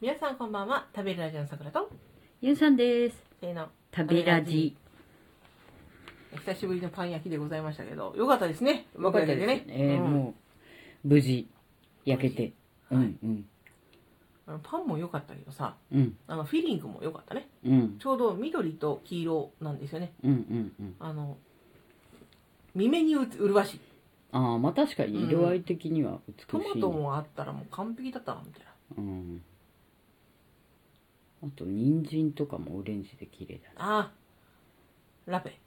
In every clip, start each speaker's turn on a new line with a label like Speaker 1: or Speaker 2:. Speaker 1: 皆さんこんばんは食べるラジオの桜と
Speaker 2: ゆうさんです。
Speaker 1: せーの
Speaker 2: 食べラジ。
Speaker 1: 久しぶりのパン焼きでございましたけどよかったですね
Speaker 2: わかったですね。えー
Speaker 1: うん
Speaker 2: もう、無事、焼けて。う
Speaker 1: 無
Speaker 2: ん、うん、
Speaker 1: あのパンも良かったけどさ
Speaker 2: うん、
Speaker 1: あのフィリングも良かったね
Speaker 2: うん、
Speaker 1: ちょうど緑と黄色なんですよね
Speaker 2: うん、うん、うん。
Speaker 1: あの見目にうつ麗しい
Speaker 2: ああ、まあ確かに色合い的には美しい
Speaker 1: ト
Speaker 2: ね、
Speaker 1: マトもあったらもう完璧だったなみたい
Speaker 2: うん。あと、人参とかもオレンジで綺麗だな。
Speaker 1: なあーラペ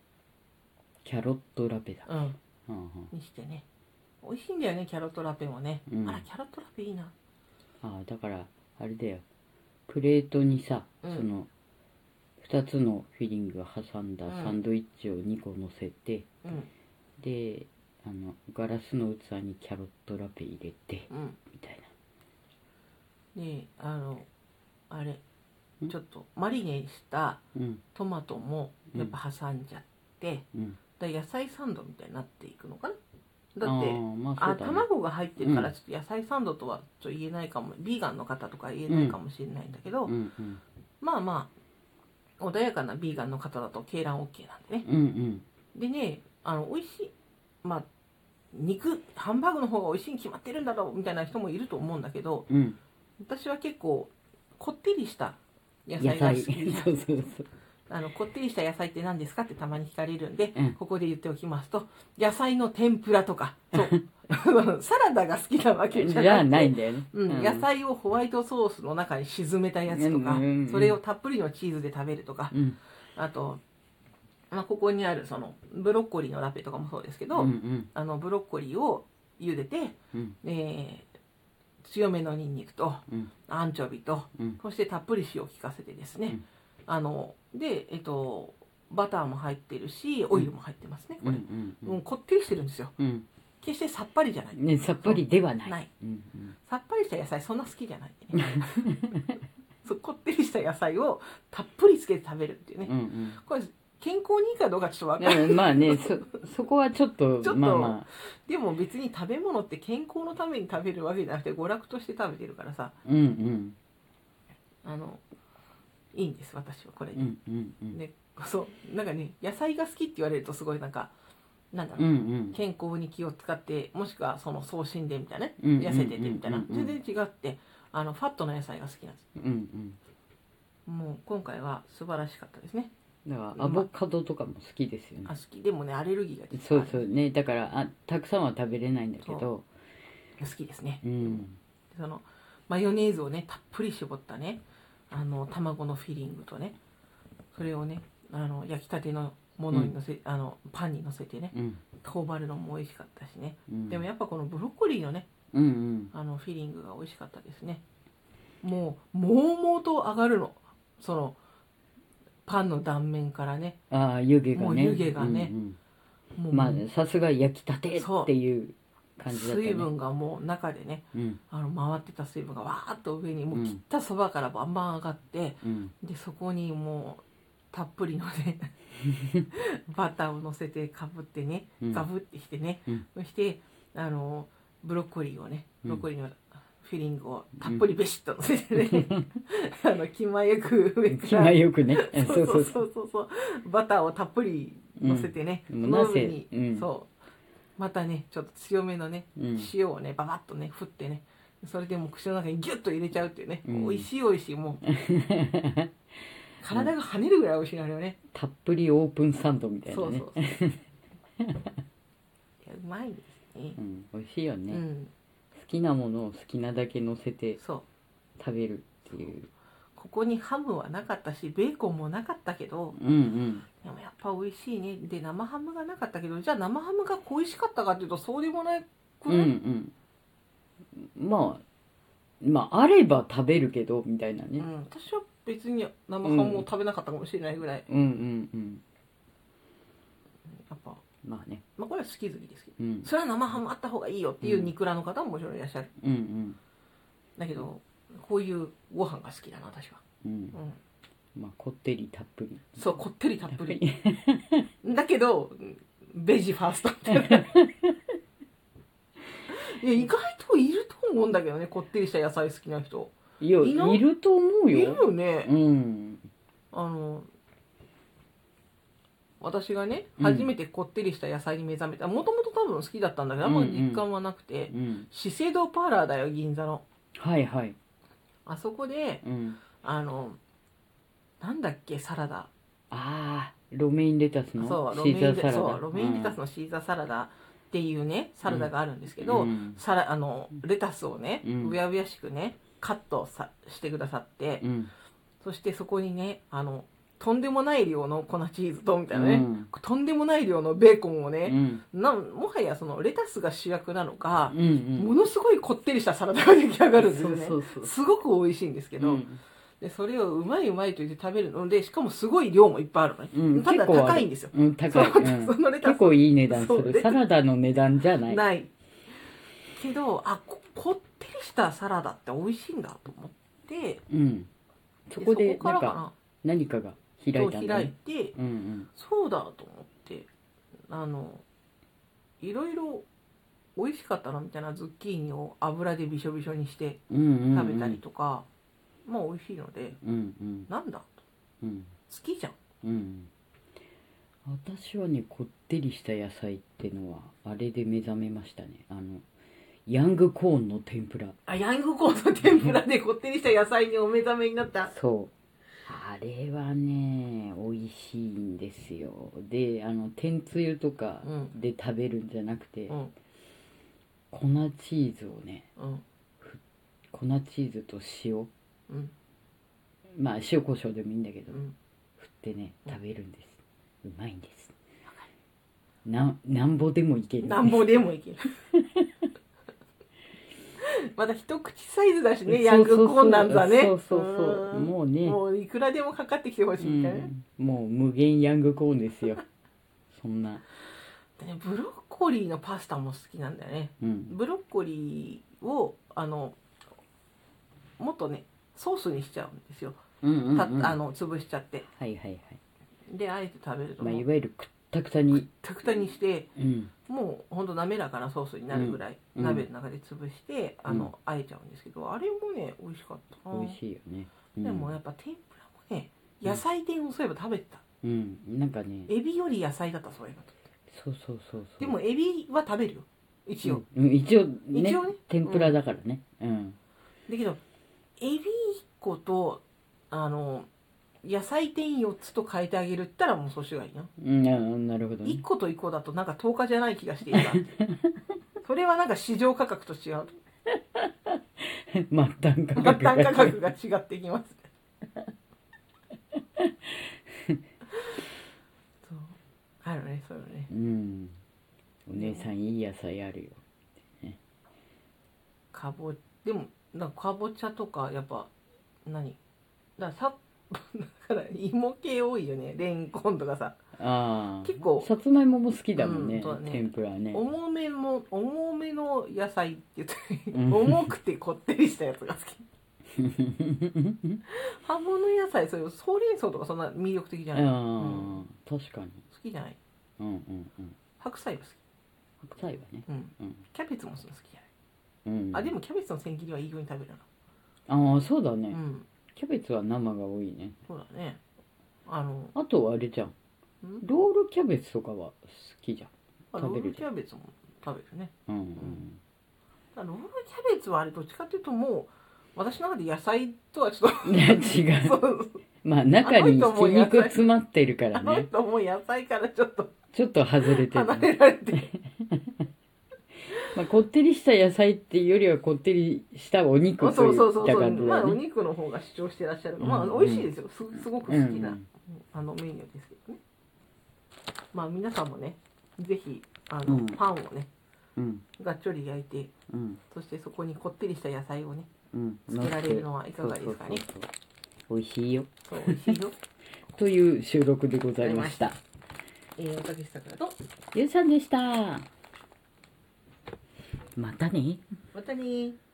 Speaker 2: キャロットラペだ。
Speaker 1: うん
Speaker 2: うんうん
Speaker 1: にしてね美味しいんだよねキャロットラペもね、
Speaker 2: うん
Speaker 1: あらキャロットラペいいな
Speaker 2: ああだからあれだよプレートにさ、
Speaker 1: うん
Speaker 2: その2つのフィリングを挟んだ
Speaker 1: うん
Speaker 2: サンドイッチを2個乗せて、
Speaker 1: うん
Speaker 2: であのガラスの器にキャロットラペ入れて
Speaker 1: うん
Speaker 2: みたいな
Speaker 1: であのあれ
Speaker 2: ん
Speaker 1: ちょっとマリネした
Speaker 2: うん
Speaker 1: トマトもやっぱ挟んじゃって、
Speaker 2: うん
Speaker 1: だから野菜サンドみたいになっていくのかなだ
Speaker 2: あ
Speaker 1: って
Speaker 2: ーま
Speaker 1: あ、
Speaker 2: あそうだ、ね、
Speaker 1: 卵が入ってるか
Speaker 2: う
Speaker 1: ら
Speaker 2: ん
Speaker 1: ちょっと野菜サンドとはちょっと言えないかも、ビーガンの方とか言えないかもしれないんだけど、
Speaker 2: うんうん
Speaker 1: まあまあ穏やかなビーガンの方だと鶏卵 OK なんでね
Speaker 2: うんうん
Speaker 1: でねあの美味しいまあ肉ハンバーグの方が美味しいに決まってるんだろうみたいな人もいると思うんだけど
Speaker 2: うん
Speaker 1: 私は結構こってりした野
Speaker 2: 野
Speaker 1: 菜が
Speaker 2: 菜
Speaker 1: 好
Speaker 2: そ
Speaker 1: き
Speaker 2: うそう そう
Speaker 1: あのこってりした野菜って何ですかってたまに聞かれるんで、
Speaker 2: うん
Speaker 1: ここで言っておきますと野菜の天ぷらとかそう サラダが好きなわけじ
Speaker 2: じ
Speaker 1: ゃなくて
Speaker 2: ゃあないんだよね、
Speaker 1: うん野菜をホワイトソースの中に沈めたやつとか、
Speaker 2: うんうんうん
Speaker 1: それをたっぷりのチーズで食べるとか、
Speaker 2: うん
Speaker 1: あと、まあ、ここにあるそのブロッコリーのラペとかもそうですけ
Speaker 2: う
Speaker 1: ど、
Speaker 2: んうん
Speaker 1: あのブロッコリーを茹でて、
Speaker 2: うん
Speaker 1: えー強めのニンニクと
Speaker 2: うん
Speaker 1: アンチョビと
Speaker 2: うん
Speaker 1: そしてたっぷり塩を効かせてですね、
Speaker 2: うん
Speaker 1: あので、えっと、バターも入ってるしオイルも入ってますね
Speaker 2: う
Speaker 1: これ、
Speaker 2: んう
Speaker 1: うんん、こってりしてるんですよ
Speaker 2: うん
Speaker 1: 決してさっぱりじゃない
Speaker 2: ねさっぱりではない
Speaker 1: ない
Speaker 2: うんうん
Speaker 1: さっぱりした野菜そんな好きじゃ ないんでねそうこってりした野菜をたっぷりつけて食べるっていうね、
Speaker 2: うんうん
Speaker 1: これ健康にいいかどうかちょっとわかんない、
Speaker 2: うんまあねそそこはちょっと
Speaker 1: ちょっと
Speaker 2: まあま
Speaker 1: でも別に食べ物って健康のために食べるわけじゃなくて娯楽として食べてるからさ
Speaker 2: あうん
Speaker 1: あのいいんです私はこれ
Speaker 2: う
Speaker 1: で、
Speaker 2: んうんうんうん、
Speaker 1: でそうなんかね野菜が好きって言われるとすごいなんかなんだ
Speaker 2: う
Speaker 1: ろう、
Speaker 2: んうん
Speaker 1: 健康に気を使ってもしくはその送信でみたいなね
Speaker 2: うんうんうんうん
Speaker 1: 痩せててみたいな
Speaker 2: うんうん
Speaker 1: 全然違ってあのファットな野菜が好きなんです
Speaker 2: うん
Speaker 1: もう今回は素晴らしかったですね
Speaker 2: うんだからアボカドとかも好きですよね
Speaker 1: あ好きでもねアレルギーが実
Speaker 2: そ
Speaker 1: は
Speaker 2: うそうねだからあたくさんは食べれないんだけど
Speaker 1: 好きですね
Speaker 2: うん
Speaker 1: そのマヨネーズをねたっぷり絞ったねあの卵のフィリングとねそれをねあの焼きたてのものにのせ、あのパンにのせてね
Speaker 2: うん
Speaker 1: 頬張るのも美味しかったしね
Speaker 2: うん
Speaker 1: でもやっぱこのブロッコリーのね
Speaker 2: うんうん
Speaker 1: あのフィリングが美味しかったですねもうもうもうと上がるのそのパンの断面からね
Speaker 2: ああ湯気がね
Speaker 1: もう湯気がね
Speaker 2: うん
Speaker 1: も
Speaker 2: う
Speaker 1: うん
Speaker 2: まあさすが焼きたて
Speaker 1: そう
Speaker 2: っていう感じだったね
Speaker 1: 水分がもう中でね
Speaker 2: うん
Speaker 1: あの回ってた水分がわーっと上にもううん切ったそばからバンバン上がって、
Speaker 2: うん
Speaker 1: でそこにもうたっぷりのね バターをのせてかぶってね
Speaker 2: うん
Speaker 1: かぶってしてね、
Speaker 2: うん
Speaker 1: そしてあのブロッコリーをね
Speaker 2: うん
Speaker 1: ブロッコリーのフィリングをたっぷりべしっとのせてね、 あの気前よく上
Speaker 2: 気
Speaker 1: から
Speaker 2: 前よくね
Speaker 1: そうそうそうそうそうバターをたっぷりのせてね、
Speaker 2: うん
Speaker 1: その上に、
Speaker 2: うん
Speaker 1: そうまたねちょっと強めのね
Speaker 2: うん
Speaker 1: 塩をねババッとね振ってねそれでもう口の中にギュッと入れちゃうっていうね、
Speaker 2: うん
Speaker 1: 美味しい美味しいもう体が跳ねるぐらい美味しいのあれよね、
Speaker 2: たっぷりオープンサンドみたい
Speaker 1: そ
Speaker 2: な
Speaker 1: う
Speaker 2: ね
Speaker 1: そうそういやう まいですね
Speaker 2: うん美味しいよ
Speaker 1: う
Speaker 2: ね
Speaker 1: ん
Speaker 2: 好きなものを好きなだけ乗せて
Speaker 1: そう
Speaker 2: 食べるっていう
Speaker 1: ここにハムはなかったしベーコンもなかったけど
Speaker 2: うん
Speaker 1: でもやっぱ美味しいねで生ハムがなかったけどじゃあ生ハムが恋しかったかっていうとそうでもないく
Speaker 2: うんう
Speaker 1: らい、
Speaker 2: んうんまあまああれば食べるけどみたいな
Speaker 1: う
Speaker 2: ね
Speaker 1: ん、私は別に生ハムを食べなかったかもしれないぐらい、
Speaker 2: うんうんうん
Speaker 1: やっぱ、
Speaker 2: まあね
Speaker 1: まあ、これは好き好きですけど
Speaker 2: うん
Speaker 1: それは生ハムあった方がいいよっていう肉らの方ももちろんいらっしゃる、
Speaker 2: うん
Speaker 1: だけどこういうご飯が好きだな私は、
Speaker 2: うんうん
Speaker 1: うん、
Speaker 2: まあこってりたっぷり
Speaker 1: そうこってりたっぷり だけどベジファーストみ たいないや意外といると思うんだけどねこってりした野菜好きな人
Speaker 2: いや
Speaker 1: いない
Speaker 2: いると思う
Speaker 1: いる
Speaker 2: よ
Speaker 1: よね
Speaker 2: うん
Speaker 1: あの私がね
Speaker 2: うん
Speaker 1: 初めてこってりした野菜に目覚めたもともと多分好きだったんだけどあんまり実感はなくて
Speaker 2: うん
Speaker 1: 資生堂パーラーだよ銀座の
Speaker 2: はいはい
Speaker 1: あそこで
Speaker 2: うん
Speaker 1: あのなんだっけサラダ
Speaker 2: ああロメインレタスの
Speaker 1: そうロ
Speaker 2: シ
Speaker 1: メイ
Speaker 2: ーザ
Speaker 1: ン
Speaker 2: ーサ
Speaker 1: レ
Speaker 2: ラダ
Speaker 1: そうロメインレタスのシーザーサラダっていうねサラダがあるんですけど、
Speaker 2: うん
Speaker 1: サラあのレタスをね、
Speaker 2: う
Speaker 1: うんやうやしくねカットさしてくださって、
Speaker 2: うん
Speaker 1: そしてそこにねあのとんでもない量の粉チーズとみたいなね、
Speaker 2: うん
Speaker 1: とんでもない量のベーコンを
Speaker 2: う
Speaker 1: ね、
Speaker 2: ん
Speaker 1: なもはやそのレタスが主役なのか
Speaker 2: う、ん
Speaker 1: ものすごいこってりしたサラダが出来上がるんですよね
Speaker 2: そうそうそう
Speaker 1: すごく美味しいんですけど、
Speaker 2: うん
Speaker 1: でそれをうまいうまいと言って食べるのでしかもすごい量もいっぱいあるのね、
Speaker 2: うん
Speaker 1: ただ
Speaker 2: 結構ある
Speaker 1: 高いんですよ
Speaker 2: うん高い
Speaker 1: そう
Speaker 2: うん
Speaker 1: そのレタス
Speaker 2: 結構いい値段す
Speaker 1: そう
Speaker 2: る
Speaker 1: レ
Speaker 2: サ
Speaker 1: タス
Speaker 2: ラダの値段じゃない
Speaker 1: ないけどあここってりしたサラダって美味しいんだと思って
Speaker 2: うんそこで
Speaker 1: そこか
Speaker 2: なん
Speaker 1: ら
Speaker 2: か
Speaker 1: か
Speaker 2: 何かが開い
Speaker 1: な
Speaker 2: た
Speaker 1: そ
Speaker 2: ん
Speaker 1: う
Speaker 2: だ
Speaker 1: 開
Speaker 2: ね
Speaker 1: いて
Speaker 2: うんうん
Speaker 1: そうだと思ってあのいろいろ美味しかったなみたいなズッキーニを油でびしょびしょにして
Speaker 2: うんうんうん
Speaker 1: 食べたりとか、まあ美味しいので
Speaker 2: うんうん
Speaker 1: なんだ好
Speaker 2: うん
Speaker 1: きじゃん
Speaker 2: うん私はねこってりした野菜ってのはあれで目覚めましたねあのヤングコーンの天ぷら
Speaker 1: あヤングコーンの天ぷらでこってりした野菜にお目覚めになった
Speaker 2: そうあれはね美味しいんですよであの天つゆとか
Speaker 1: うん
Speaker 2: で食べるんじゃなくて、
Speaker 1: うん
Speaker 2: 粉チーズをね
Speaker 1: うん
Speaker 2: 粉チーズと塩
Speaker 1: うん
Speaker 2: まあ塩コショウでもいいんだけど、
Speaker 1: うん
Speaker 2: 振ってね
Speaker 1: うん
Speaker 2: 食べるんですうまいんですななんぼでもいけるんです
Speaker 1: なんぼでも いけるまだ一口サイズだしね
Speaker 2: そう
Speaker 1: ヤングコーンなんざね
Speaker 2: そうそうそう
Speaker 1: ーん
Speaker 2: もうね
Speaker 1: もういくらでもかかってきてほしいみたいなね、
Speaker 2: うんもう無限ヤングコーンです よそんな
Speaker 1: でねブロッコリーのパスタも好きなんだよね
Speaker 2: うん
Speaker 1: ブロッコリーをあのもっとねソースにしちゃうんですよ、
Speaker 2: うんうんうん
Speaker 1: たあ
Speaker 2: はい
Speaker 1: の潰しちゃって
Speaker 2: はいはい、
Speaker 1: であえて食べると
Speaker 2: まあ、
Speaker 1: も
Speaker 2: いうわゆるくったくたに、
Speaker 1: たくたにして
Speaker 2: うん、
Speaker 1: もうほんと滑らかなソースになるぐらい、
Speaker 2: うん
Speaker 1: 鍋の中で潰してあの、あえちゃうんですけどあれもね美味しかったな
Speaker 2: 美味しいよね、うん、
Speaker 1: でもやっぱ天ぷらもね野菜天をそういえば食べてた
Speaker 2: うんなんかね
Speaker 1: エビより野菜だったそういえば
Speaker 2: そうそうそうそう
Speaker 1: でもエビは食べるよ一応、
Speaker 2: うん、うん一応ね
Speaker 1: 一応ね
Speaker 2: 天ぷらだからねうん、
Speaker 1: だけどエビ1個とあの野菜天4つと変えてあげるったらもうそうしようがいいな、
Speaker 2: うんななるほど、ね
Speaker 1: 1、個と1個だとなんか10日じゃない気がしていた それはなんか市場価格と違う
Speaker 2: 末端価
Speaker 1: 末
Speaker 2: 格が
Speaker 1: 端価格が違ってきます そうあるねそういうのね
Speaker 2: うんお姉さんいい野菜あるよ
Speaker 1: かぼでもなんかかぼちゃとかやっぱ何だからさだから芋系多いよねレンコンとかさ
Speaker 2: ああ
Speaker 1: 結構
Speaker 2: さつまいもも好きだもんね,、
Speaker 1: うんそうだね
Speaker 2: 天ぷらね
Speaker 1: 重めも重めの野菜って言って
Speaker 2: うん
Speaker 1: 重くてこってりしたやつが好き葉物野菜そういうほうれん草とかそんな魅力的じゃない、 う
Speaker 2: あ
Speaker 1: ん
Speaker 2: あ確かに
Speaker 1: 好きじゃない
Speaker 2: うんうんうん
Speaker 1: 白菜は好き
Speaker 2: 白菜はね
Speaker 1: うん
Speaker 2: うん、
Speaker 1: キャベツもそんな好きじゃない、
Speaker 2: うん、
Speaker 1: あでもキャベツの千切りはいいように食べる
Speaker 2: ああそうだね、
Speaker 1: なうん
Speaker 2: キャベツは生が多いね
Speaker 1: そうだねあの
Speaker 2: あとはあれじゃん
Speaker 1: ん
Speaker 2: ロールキャベツとかは好きじ
Speaker 1: あロ
Speaker 2: 食べ
Speaker 1: ー
Speaker 2: る
Speaker 1: ルキャベツも食べるね
Speaker 2: ゃんうん
Speaker 1: ロールキャベツはあれどっちかっていうともう私の中で野菜とはちょっ
Speaker 2: うん、いや 違
Speaker 1: と
Speaker 2: う
Speaker 1: そう
Speaker 2: まあ中にひき
Speaker 1: あの人も野菜
Speaker 2: 肉詰まってるから
Speaker 1: あの
Speaker 2: ね
Speaker 1: 人もう野菜からちょっと
Speaker 2: ちょっと外れてる、
Speaker 1: 離れられて
Speaker 2: まあ、こってりした野菜っていうよりはこってりしたお
Speaker 1: そ
Speaker 2: 肉
Speaker 1: う
Speaker 2: と
Speaker 1: そ
Speaker 2: いう
Speaker 1: そうそう
Speaker 2: った感じ
Speaker 1: ま
Speaker 2: だ
Speaker 1: あお
Speaker 2: ね
Speaker 1: 肉の方が主張してらっしゃる、
Speaker 2: うん
Speaker 1: まあ美味しいですよすすごく好き
Speaker 2: うんう
Speaker 1: な、
Speaker 2: ん
Speaker 1: あのメニューですけどねまあ皆さんもねぜひあの、
Speaker 2: うん
Speaker 1: パンをね
Speaker 2: うん
Speaker 1: がっちょり焼いて
Speaker 2: うん
Speaker 1: そしてそこにこってりした野菜をね
Speaker 2: うん
Speaker 1: つけられるのはいかがですかね
Speaker 2: そうそうそうそう美味しいよ
Speaker 1: そう美味しいよ
Speaker 2: という収録でございました
Speaker 1: えー、おたけしさくらと
Speaker 2: ゆうさんでしたまたね
Speaker 1: またねー